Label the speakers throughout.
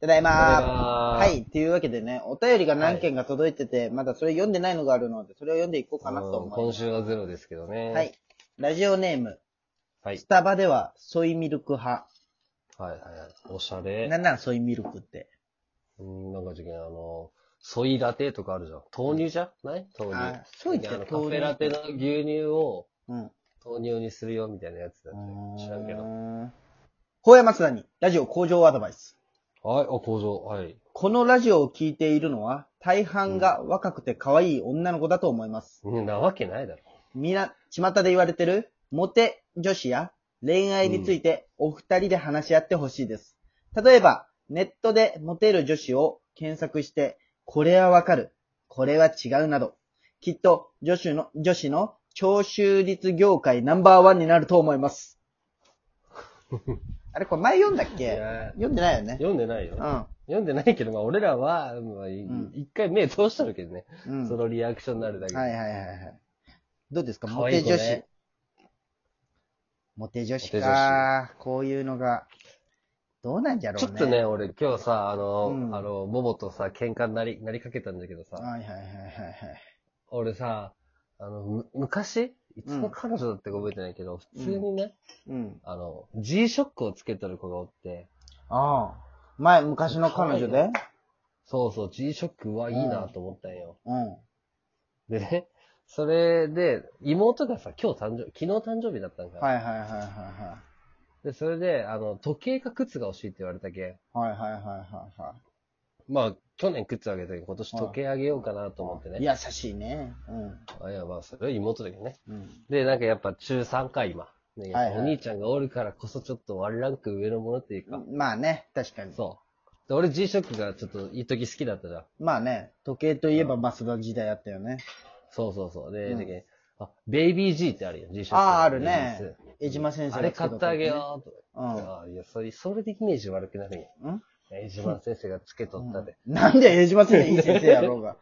Speaker 1: ただいまー。は。
Speaker 2: はい
Speaker 1: というわけでね、お便りが何件か届いてて、まだそれ読んでないのがあるので、それを読んでいこうかなと思います。
Speaker 2: 今週はゼロですけどね。
Speaker 1: はい。。ラジオネーム、
Speaker 2: はい
Speaker 1: ス。タバではソイミルク派。
Speaker 2: はいはいはい。おしゃれ。
Speaker 1: なんなんソイミルクって。
Speaker 2: うん、なんか受験、あの、ソイラテとかあるじゃん。豆乳じゃない豆乳。
Speaker 1: あソイって
Speaker 2: あのカフ
Speaker 1: 豆乳
Speaker 2: ェラテの牛乳を
Speaker 1: うん。
Speaker 2: 豆乳にするよみたいなやつだって。知らんけど。
Speaker 1: ど。高山津田に、ラジオ向上アドバイス。
Speaker 2: はい、あ、工場。はい。
Speaker 1: このラジオを聞いているのは、大半が若くて可愛い女の子だと思います。
Speaker 2: うんなわけないだろ。
Speaker 1: みな、巷で言われてる、モテ女子や恋愛についてお二人で話し合ってほしいです。例えば、ネットでモテる女子を検索して、これはわかる、これは違うなど、きっと女子の、女子の聴取率業界ナンバーワンになると思い ます。あれ、これ前読んだっ
Speaker 2: い
Speaker 1: け
Speaker 2: や
Speaker 1: 読んでないよね。
Speaker 2: 読んでないよ。
Speaker 1: うん。
Speaker 2: 読んでないけど、まあ俺らは、まあい
Speaker 1: うん
Speaker 2: 一回目通したるけどね。
Speaker 1: うん。
Speaker 2: そのリアクションになるだけで。
Speaker 1: はいはいはいはい。どうですか
Speaker 2: 可
Speaker 1: モ
Speaker 2: 愛
Speaker 1: テ
Speaker 2: い子
Speaker 1: 女
Speaker 2: ね
Speaker 1: 子。モテ女子
Speaker 2: モテ
Speaker 1: か
Speaker 2: 女。
Speaker 1: こういうのが、どうなんじゃろう
Speaker 2: ち
Speaker 1: ね
Speaker 2: ょ。っとね、。俺今日さ、あの、
Speaker 1: うん
Speaker 2: あの、モモとさ、喧嘩になり、なりかけたんだけどさ、
Speaker 1: はいはいはいはい
Speaker 2: 俺さ、あの、む昔いつの彼女だったか覚えてないけど、普通にね、
Speaker 1: はい。うん。
Speaker 2: あの、G ショックをつけてる子がおって、
Speaker 1: ああ。前、昔の彼女で
Speaker 2: そうそう、G ショックはいいなと思ったんよ。
Speaker 1: うん。
Speaker 2: でね、それで、妹がさ、今日誕生、昨日誕生日だったんか、
Speaker 1: はいはいはいはいは
Speaker 2: で、それで、あの、時計か靴が欲しいって言われたけ、
Speaker 1: い。はいはいはいはいは
Speaker 2: まあ、去年靴あげたけど、今年時計あげようかなと思ってね。
Speaker 1: い。優しいね。
Speaker 2: あいや、まあ、それは妹だけどね。
Speaker 1: うん。うん。
Speaker 2: で、なんかやっぱ中3か、今。ね
Speaker 1: はいはい
Speaker 2: お兄ちゃんがおるからこそちょっとワンランク上のものっていうか、
Speaker 1: まあね、確かに。
Speaker 2: そう。で、俺 G-SHOCK がちょっと一時好きだったじゃん。
Speaker 1: まあね、時計といえばマスダ時代あったよね。
Speaker 2: そうそうそう。で、
Speaker 1: うん
Speaker 2: であ、ベイビー G ってあるよ、G-SHOCK。
Speaker 1: ああ、あるね。江島先生
Speaker 2: あれ買ってあげようと。
Speaker 1: う。うん。
Speaker 2: ああいや、それ、それでイメージ悪くなるんや。
Speaker 1: うん
Speaker 2: 江島先生がつけとったで。
Speaker 1: なんで江島先 生いい先生やろうが。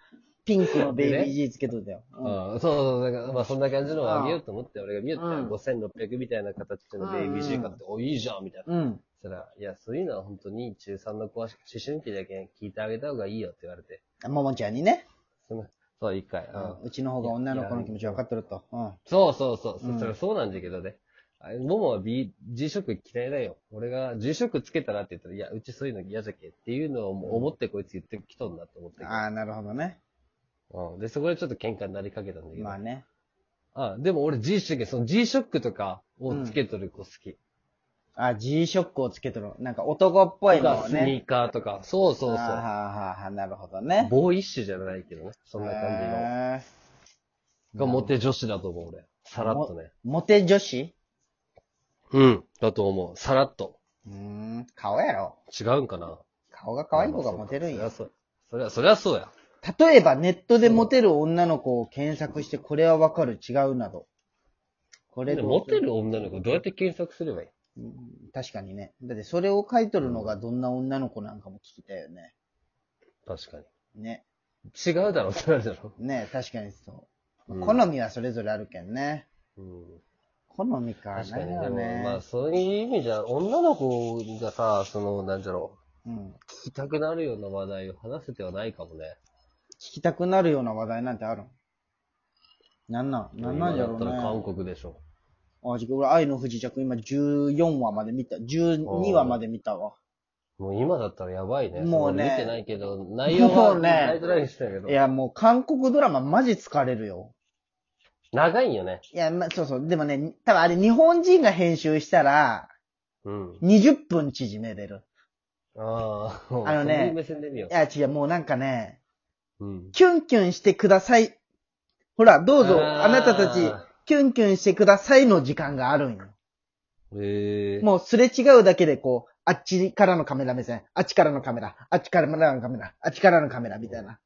Speaker 1: ピンクのベイビー G つけとったよ。うん
Speaker 2: うん、そうそう、だから、まあそんな感じのをあげようと思って、俺が見よった
Speaker 1: うん
Speaker 2: よ。5600みたいな形のベイビー G 買って、お、いいじゃん、みたいな。
Speaker 1: うん。
Speaker 2: そしたら、いや、そういうのは本当に中3の子は思春期だけん聞いてあげた方がいいよって言われて。
Speaker 1: ももちゃんにね。
Speaker 2: そのそう、一回、う
Speaker 1: うんんうちの方が女の子の気持ち分かってると。うん。
Speaker 2: そうそうそう。
Speaker 1: うん
Speaker 2: そそれそうなんだけどね。あれももは B、G ショック嫌いだよ。俺が G ショックつけたらって言ったら、いや、うちそういうの嫌じゃけっていうのをもう思ってこいつ言ってきとんなと思って。
Speaker 1: ああ、なるほどね。
Speaker 2: うん、で、そこでちょっと喧嘩になりかけたんだけど。
Speaker 1: まあね。
Speaker 2: あ、でも俺 G ショック、その G ショックとかをつけとる子好き。
Speaker 1: あ、G ショックをつけとる。なんか男っぽい
Speaker 2: と
Speaker 1: の
Speaker 2: か、
Speaker 1: を
Speaker 2: ス
Speaker 1: ね。
Speaker 2: ニーカーとか。そうそう
Speaker 1: あーは
Speaker 2: そ
Speaker 1: あはあはあ、なるほど
Speaker 2: う。
Speaker 1: ね。
Speaker 2: ボーイッシュじゃないけどね。そんな感じの。
Speaker 1: へー
Speaker 2: がモテ女子だと思う、俺。さらっとね。
Speaker 1: モテ女子
Speaker 2: うん。だと思う。さらっと。
Speaker 1: うーん、顔やろ。
Speaker 2: 違うんかな
Speaker 1: 顔が可愛い子がモテるんや。
Speaker 2: そりゃそう。そりゃそうや。
Speaker 1: 例えばネットでモテる女の子を検索して、これはわかる、違うなど。これ
Speaker 2: でモテる女の子どうやって検索すればいい
Speaker 1: うん確かにね。だってそれを書いとるのがどんな女の子なんかも聞きたいよね。
Speaker 2: 確かに。
Speaker 1: ね。
Speaker 2: 違うだろうってなるだろ
Speaker 1: ね確かにそう。
Speaker 2: うん
Speaker 1: 好みはそれぞれあるけんね。
Speaker 2: う。うん。
Speaker 1: 好みか、
Speaker 2: 確かに。
Speaker 1: な
Speaker 2: で
Speaker 1: ん
Speaker 2: も、
Speaker 1: やろ
Speaker 2: まあ、そういう意味じゃ、女の子がさ、その、なんじゃろ
Speaker 1: うん。聞
Speaker 2: う、聞きたくなるような話題を話せてはないかもね。
Speaker 1: きたくなるような話題なんてあるんなんなんなんなんじゃろう
Speaker 2: 今だったら韓
Speaker 1: ね。
Speaker 2: 国でしょ。
Speaker 1: あ、じゃあ俺、愛の不時着、今14話まで見た。12話まで見たわ。
Speaker 2: もう今だったらやばいね。
Speaker 1: もうね
Speaker 2: その見てないけど、内容は、
Speaker 1: もうね
Speaker 2: ライトラインしてたけど
Speaker 1: い。や、もう韓国ドラママジ疲れるよ。
Speaker 2: 長いんよね。
Speaker 1: いや、まあ、そうそう。でもね、多分あれ日本人が編集したら、
Speaker 2: うん。
Speaker 1: 20分縮めれる。
Speaker 2: ああ、
Speaker 1: あのね
Speaker 2: そういう目線で見よ
Speaker 1: いや、違う、もうなんかね、
Speaker 2: う。うん。
Speaker 1: キュンキュンしてください。ほら、どうぞ、
Speaker 2: あー
Speaker 1: あなたたち、キュンキュンしてくださいの時間があるんよ。
Speaker 2: ええ
Speaker 1: もうすれ違うだけで、こう、あっちからのカメラ目線、あっちからのカメラ、あっちからのカメラ、あっちからのカメラ、みたいな。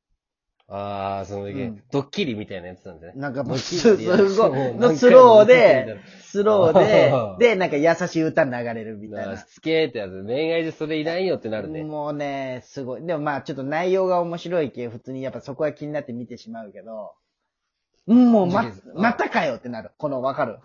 Speaker 2: ああ、その、
Speaker 1: うん
Speaker 2: ドッキリみたいなやつなんだね。
Speaker 1: なんかも
Speaker 2: ド
Speaker 1: う、
Speaker 2: ッキ
Speaker 1: す
Speaker 2: リ
Speaker 1: すごい、のスローで、、スロー で、で、なんか優しい歌流れるみたい
Speaker 2: な
Speaker 1: な
Speaker 2: し。つけーってやつ。恋愛でそれいないよってなるね。
Speaker 1: もうね、すごい。でもまあ、ちょっと内容が面白いけ、普通にやっぱそこは気になって見てしまうけど、うんもうま
Speaker 2: 事実、
Speaker 1: またかよってなる。このわかる。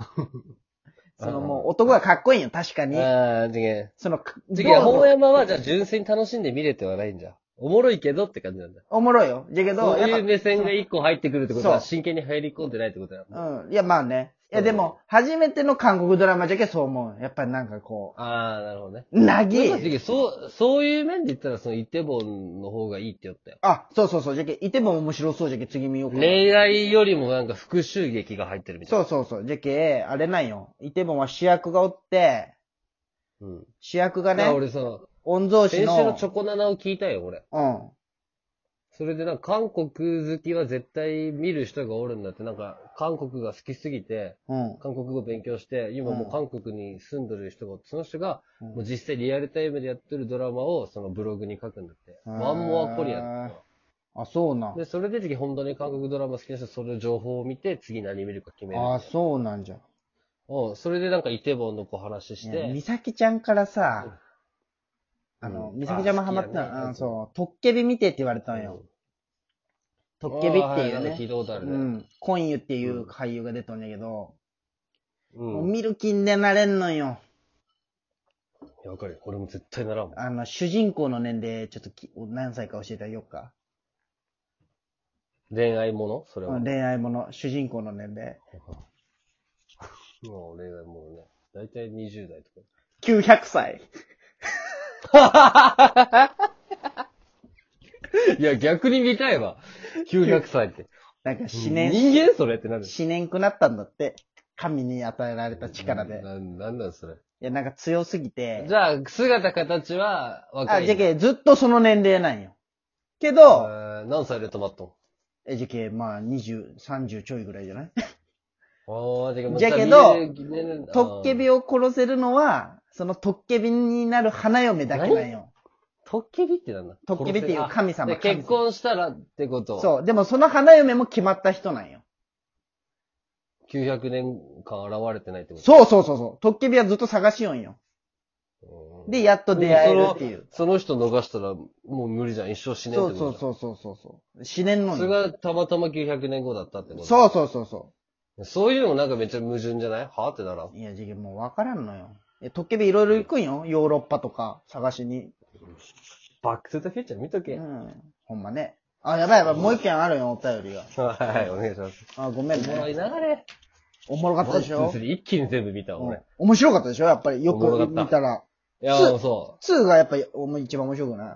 Speaker 1: そのもう男がかっこいいんよ、確かに。
Speaker 2: ああ、次元。
Speaker 1: その、か
Speaker 2: 次元、
Speaker 1: どう
Speaker 2: 本山はじゃあ純粋に楽しんで見れてはないんじゃ。おもろいけどって感じなんだ。
Speaker 1: おもろいよ。じゃけ
Speaker 2: そ
Speaker 1: ど、
Speaker 2: うい
Speaker 1: や
Speaker 2: う
Speaker 1: っ
Speaker 2: 目線が一個入ってくるってことは
Speaker 1: そ
Speaker 2: 真剣に入り込んでないってことだ。
Speaker 1: ぱ、うん。いや、まあね。いや、
Speaker 2: そう
Speaker 1: で
Speaker 2: だね
Speaker 1: も、初めての韓国ドラマじゃけそう思う。やっぱりなんかこ
Speaker 2: ああ、なるほどね。
Speaker 1: う、なぎ
Speaker 2: 正直そう、そういう面で言ったら、そのイテボンの方がいいって言ったよ。
Speaker 1: あ、そうそうそう。じゃけ、いても面白そうじゃけ、次見ようかな。
Speaker 2: 恋愛よりもなんか復讐劇が入ってるみた
Speaker 1: そう
Speaker 2: い
Speaker 1: そうそう。じゃけ、あれなんよ。いてもは主役がおって、
Speaker 2: な。うん。
Speaker 1: 主役が
Speaker 2: だから
Speaker 1: ね、
Speaker 2: 俺さ、
Speaker 1: 御曹
Speaker 2: 先
Speaker 1: 司
Speaker 2: 週
Speaker 1: の、
Speaker 2: のチョコナナを聞いたよ、俺。
Speaker 1: うん。
Speaker 2: それでなんか韓国好きは絶対見る人がおるんだって、なんか韓国が好きすぎて、
Speaker 1: うん。
Speaker 2: 韓国語勉強して、今もう韓国に住んでる人が、その人が、もう実際リアルタイムでやってるドラマをそのブログに書くんだって。
Speaker 1: へー
Speaker 2: ワンモアコリアンって
Speaker 1: あ、そうなん。
Speaker 2: で、それで次本当に韓国ドラマ好きな人はそれの情報を見て、次何見るか決める。
Speaker 1: あ、そうなんじゃ。
Speaker 2: うん、それでなんかイテボンの子話し
Speaker 1: ね
Speaker 2: て、
Speaker 1: 美咲ちゃんからさ、
Speaker 2: うん
Speaker 1: あの、
Speaker 2: うん
Speaker 1: 美咲ちゃんもハマってた
Speaker 2: あ好きやね
Speaker 1: の、うん、そう、トッケビ見てって言われたんよ。トッケビっていう
Speaker 2: あーはいなんか聞
Speaker 1: ね
Speaker 2: い、たことあ
Speaker 1: う
Speaker 2: るね。
Speaker 1: ん、コンユっていう俳優が出たんだけど、
Speaker 2: うん。
Speaker 1: もう
Speaker 2: い
Speaker 1: 見る気になれんのよ。
Speaker 2: や、わかるよ。俺も絶対ならんもん。
Speaker 1: あの、主人公の年齢、ちょっとき何歳か教えてあげようか。
Speaker 2: 恋愛ものそれは。
Speaker 1: う
Speaker 2: うんん、
Speaker 1: 恋愛もの、主人公の年齢。
Speaker 2: 恋愛ものね。だいたい20代とか。
Speaker 1: 900歳。
Speaker 2: いや、逆に見たいわ。900歳って。
Speaker 1: なんか死
Speaker 2: 人
Speaker 1: ねん、
Speaker 2: 間それってなる。
Speaker 1: 死ねんくなったんだって。神に与えられた力で。い
Speaker 2: な、なんなんそれ。
Speaker 1: や、なんか強すぎて。
Speaker 2: じゃあ、姿形は若
Speaker 1: あ、
Speaker 2: い。
Speaker 1: じゃけ、ずっとその年齢なんよ。けど、
Speaker 2: えー何歳で止まっとん
Speaker 1: え、じゃけ、まあ、20、30ちょいぐらいじゃない
Speaker 2: ああ、じゃ
Speaker 1: じゃけど、トッ
Speaker 2: ト
Speaker 1: ケビを殺せるのは、そのトッケビになる花嫁だけなんよ。
Speaker 2: トッケビってなんだ
Speaker 1: トッケビっていう神様。
Speaker 2: で結婚したらってこと。う。
Speaker 1: そう。でもその花嫁も決まった人なんよ。
Speaker 2: 900年間現れてないってこと。
Speaker 1: そうそうそうそう。トッケビはずっと探しよんよ。
Speaker 2: うん
Speaker 1: で、やっと出会えるっていう。
Speaker 2: そのその人逃したらもう無理じゃん。一生死ねんっ
Speaker 1: そ
Speaker 2: て
Speaker 1: う
Speaker 2: こと
Speaker 1: そう
Speaker 2: う
Speaker 1: そうそうそうそう。死ねんの
Speaker 2: それ
Speaker 1: よ。
Speaker 2: がたまたま900年後だったってこと。。
Speaker 1: そうそうそうそう
Speaker 2: そういうのもなんかめっちゃ矛盾じゃないはあってならん
Speaker 1: う。。いや、じゃけもうわからんのよ。え、トッケビいろいろ行くんよ。ヨーロッパとか探しに。
Speaker 2: バックトゥザフューチャー見と
Speaker 1: う
Speaker 2: け。
Speaker 1: ん。ほんまね。あ、やばいやばい。もう一件あるよ、お便りが。
Speaker 2: はい、お願いします。
Speaker 1: あ、ごめん
Speaker 2: おもろい
Speaker 1: ね。
Speaker 2: な、あれ。
Speaker 1: おもろかったでし
Speaker 2: ワン
Speaker 1: ょ
Speaker 2: ツースリー一気に全部見た、
Speaker 1: うん
Speaker 2: 俺。い
Speaker 1: 面白かったでしょやっぱりよ
Speaker 2: おもろか
Speaker 1: く
Speaker 2: った
Speaker 1: 見たら。
Speaker 2: や、
Speaker 1: ツー
Speaker 2: そう。
Speaker 1: 2がやっぱりおも一番面白くない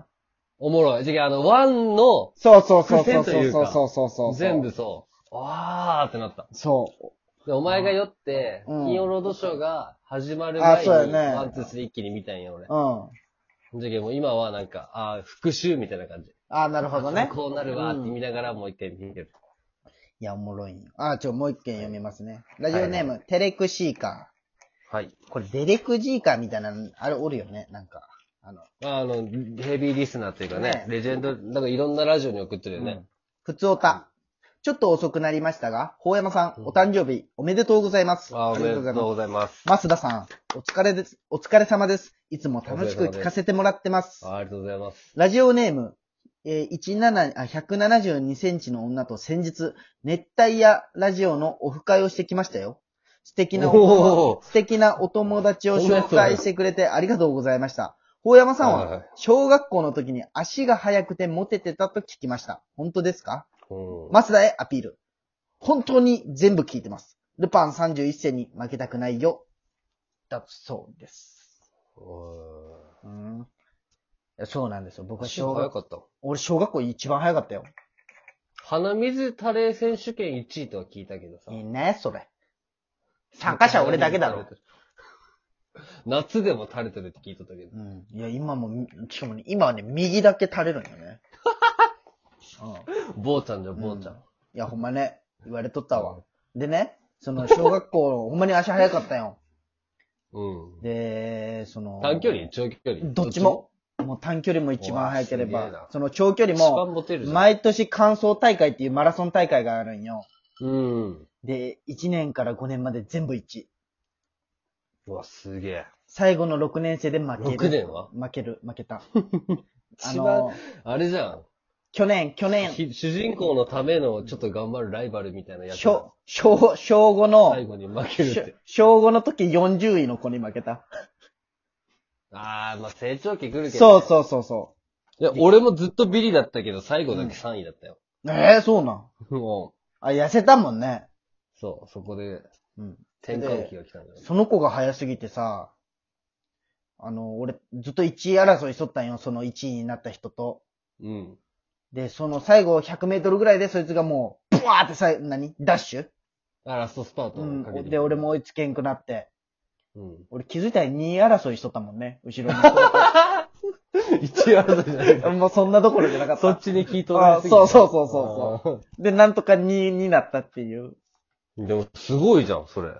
Speaker 2: おもろい。次、あの、ワンの、
Speaker 1: そうそうそうそ
Speaker 2: 伏線
Speaker 1: う
Speaker 2: と
Speaker 1: そ
Speaker 2: いうう
Speaker 1: そ
Speaker 2: か
Speaker 1: うそうそうそう。
Speaker 2: 全部。そう。あーってなった。
Speaker 1: そ
Speaker 2: で、お前が酔って、
Speaker 1: うん
Speaker 2: 金曜ロードショーが始まる
Speaker 1: あ
Speaker 2: 前に、
Speaker 1: そうやね
Speaker 2: ワン、ツー、スリー一気に見たんよ、俺
Speaker 1: う。。うん。
Speaker 2: じゃあもう今はなんか、あー復讐みたいな感じ。
Speaker 1: あ、なるほどね。
Speaker 2: こうなるわーって
Speaker 1: うん
Speaker 2: 見ながらもう一回見てる。
Speaker 1: いや、おもろいんよ。あ、ちょ、もう一件読みますね。ラジオネーム、
Speaker 2: は
Speaker 1: テレクシーカ
Speaker 2: はい。
Speaker 1: ー。これ、デレクジーカーみたいなの、あれおるよね、なんか。あの、
Speaker 2: あの、ヘビーリスナーというかね
Speaker 1: ね、
Speaker 2: レジェンド、なんかいろんなラジオに送ってるよね。
Speaker 1: ふつおた。ちょっと遅くなりましたが、ほうやまさん、
Speaker 2: うん
Speaker 1: お誕生日、おめでとうございます。
Speaker 2: あーおめでとう
Speaker 1: ます
Speaker 2: ございます。
Speaker 1: 増田さん、お疲れです。お疲れ様です。いつも楽しく聞かせてもらってます。
Speaker 2: あーありがとうございます。
Speaker 1: ラジオネーム、えー17あ172センチの女と先日、熱帯夜ラジオのオフ会をしてきましたよ。素敵なお友
Speaker 2: おー
Speaker 1: 素敵なお友達を紹介してくれてありがとうございました。大山さん
Speaker 2: はいは、
Speaker 1: はい小学校の時に足が速くてモテてたと聞きました。本当ですか
Speaker 2: うん。
Speaker 1: マスダへアピール。本当に全部聞いてます。ルパン31世に負けたくないよ。だそうです。
Speaker 2: うん
Speaker 1: うん。いやそうなんですよ。僕は
Speaker 2: 足
Speaker 1: 小
Speaker 2: 早
Speaker 1: 学
Speaker 2: かった。
Speaker 1: 俺、小学校一番早かったよ。
Speaker 2: 鼻水タレ選手権1位とは聞いたけどさ
Speaker 1: い。いね、それ。参加者は俺だけだろ。。
Speaker 2: 夏でも垂れてるって聞いとったけど
Speaker 1: う。ん。いや、今も、しかもね、今はね、右だけ垂れるんよ ね。う
Speaker 2: 坊ちゃんじゃん、
Speaker 1: ん。
Speaker 2: 坊ちゃん。
Speaker 1: いや、ほんまね、言われとったわ。でね、その、小学校、ほんまに足早かったよ。
Speaker 2: うん。
Speaker 1: で、その、
Speaker 2: 短距離長距離
Speaker 1: どっちも。もう短距離も一番早けれ
Speaker 2: うわすげえ
Speaker 1: ば
Speaker 2: な、
Speaker 1: その長距離
Speaker 2: 一番
Speaker 1: も、
Speaker 2: モテるじゃん。
Speaker 1: 毎年完走大会っていうマラソン大会があるんよ。
Speaker 2: うん。
Speaker 1: で、1年から5年まで全部1。
Speaker 2: うわ、すげえ。
Speaker 1: 最後の6年生で負ける。
Speaker 2: 6年は
Speaker 1: 負ける、負けた。あ
Speaker 2: 一番
Speaker 1: の、
Speaker 2: あれじゃん。
Speaker 1: 去年、去年、
Speaker 2: ひ主人公のためのちょっと頑張るライバルみたいなやつ。
Speaker 1: 小、小、小5の、
Speaker 2: 最後に負けるっ
Speaker 1: しょ
Speaker 2: て。
Speaker 1: 小5の時40位の子に負けた。
Speaker 2: あー、まあ成長期来るけ
Speaker 1: そ
Speaker 2: ど。
Speaker 1: うそうそうそ
Speaker 2: いや、俺もずっとビリだったけど、最後だけ3位だったよ。
Speaker 1: う。ええそうなん。
Speaker 2: も
Speaker 1: あ、痩せたもんね。
Speaker 2: う、そう、そこで
Speaker 1: うん。
Speaker 2: 転換期が来たんだよ。
Speaker 1: その子が早すぎてさ、あの、俺、ずっと1位争いしとったんよ、その1位になった人と。
Speaker 2: うん。
Speaker 1: で、その最後100メートルぐらいでそいつがもう、ブワーってさ、何ダッシュ
Speaker 2: あ、ラストスパート
Speaker 1: う
Speaker 2: をかけて、
Speaker 1: ん。で、俺も。追いつけんくなって。
Speaker 2: うん。
Speaker 1: 俺気づいたら2位争いしとったもんね、後ろに。
Speaker 2: 一応争いじゃないか。
Speaker 1: もうそんなどころじゃなかった。
Speaker 2: そっちに聞いと
Speaker 1: あそうそうそうそう
Speaker 2: そ
Speaker 1: で、なんとか2位になったっていう。
Speaker 2: う。でも、すごいじゃん、それ。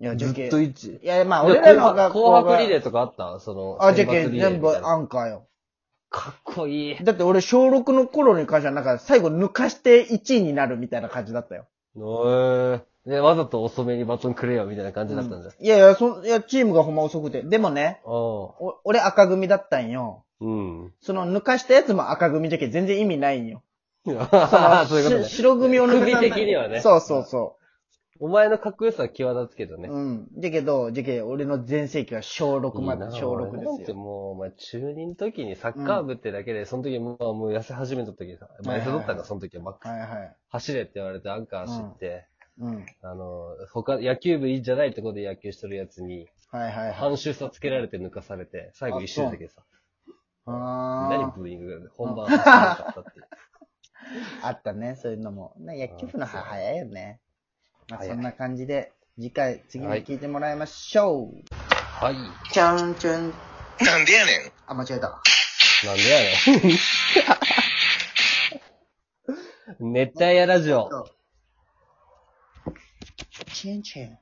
Speaker 1: いや、
Speaker 2: ず
Speaker 1: 受
Speaker 2: っ
Speaker 1: 験。
Speaker 2: と
Speaker 1: い
Speaker 2: 1位。
Speaker 1: や、まあ、俺らのが
Speaker 2: 紅白リレーとかあったその、
Speaker 1: あ、受
Speaker 2: 選抜
Speaker 1: 験
Speaker 2: リレー
Speaker 1: 全
Speaker 2: みた
Speaker 1: 部
Speaker 2: いな
Speaker 1: アンカーよ。
Speaker 2: かっこいい。
Speaker 1: だって俺小6の頃に関しては、なんか最後抜かして1位になるみたいな感じだったよ。
Speaker 2: おえー。で、わざと遅めにバトンくれよ、みたいな感じだったんだ。
Speaker 1: いやいや、そん、いや、チームがほんま遅くて。でもね、
Speaker 2: ああ。
Speaker 1: お俺赤組だったんよ。
Speaker 2: うん。
Speaker 1: その抜かしたやつも赤組じゃけ全然意味ないんよ。
Speaker 2: ああ、そういうことね
Speaker 1: し。白組を抜かさん
Speaker 2: 組的にはね
Speaker 1: そうそうそ
Speaker 2: お前のかっこよさは際立つけど
Speaker 1: う。
Speaker 2: ね。
Speaker 1: うん。じゃけど、じゃけ俺の全盛期は小6ま
Speaker 2: いい
Speaker 1: で、
Speaker 2: な
Speaker 1: 小6
Speaker 2: 俺なん
Speaker 1: で
Speaker 2: て
Speaker 1: すよ。
Speaker 2: もう、お前中2の時にサッカー部ってだけで、その時もう、もう痩せ始めとった時さ、まあ
Speaker 1: はいは
Speaker 2: 痩せ
Speaker 1: い
Speaker 2: とったんだ、その時はマックス。
Speaker 1: はいはい。
Speaker 2: 走れって言われてアンカー走って、
Speaker 1: うん。
Speaker 2: あの、他、野球部じゃないとこで野球してるやつに、
Speaker 1: はいはいはい。
Speaker 2: 半周差つけられて抜かされて、最後一周だけさ、
Speaker 1: あ
Speaker 2: 何
Speaker 1: ー
Speaker 2: ブーイングが本番走ってなかったっていう。
Speaker 1: あったね、そういうのも。ね、野球部の歯
Speaker 2: うん
Speaker 1: 早いよね。まあ、
Speaker 2: 早い
Speaker 1: そんな感じで、次回、次に聞いてもらいましょう。
Speaker 2: はい。
Speaker 1: ちゃんちゃ
Speaker 3: な
Speaker 1: ん。
Speaker 3: んでやねん。
Speaker 1: あ、間違えた。
Speaker 2: なんでやねん。熱帯夜ラジオ。
Speaker 1: チンチン。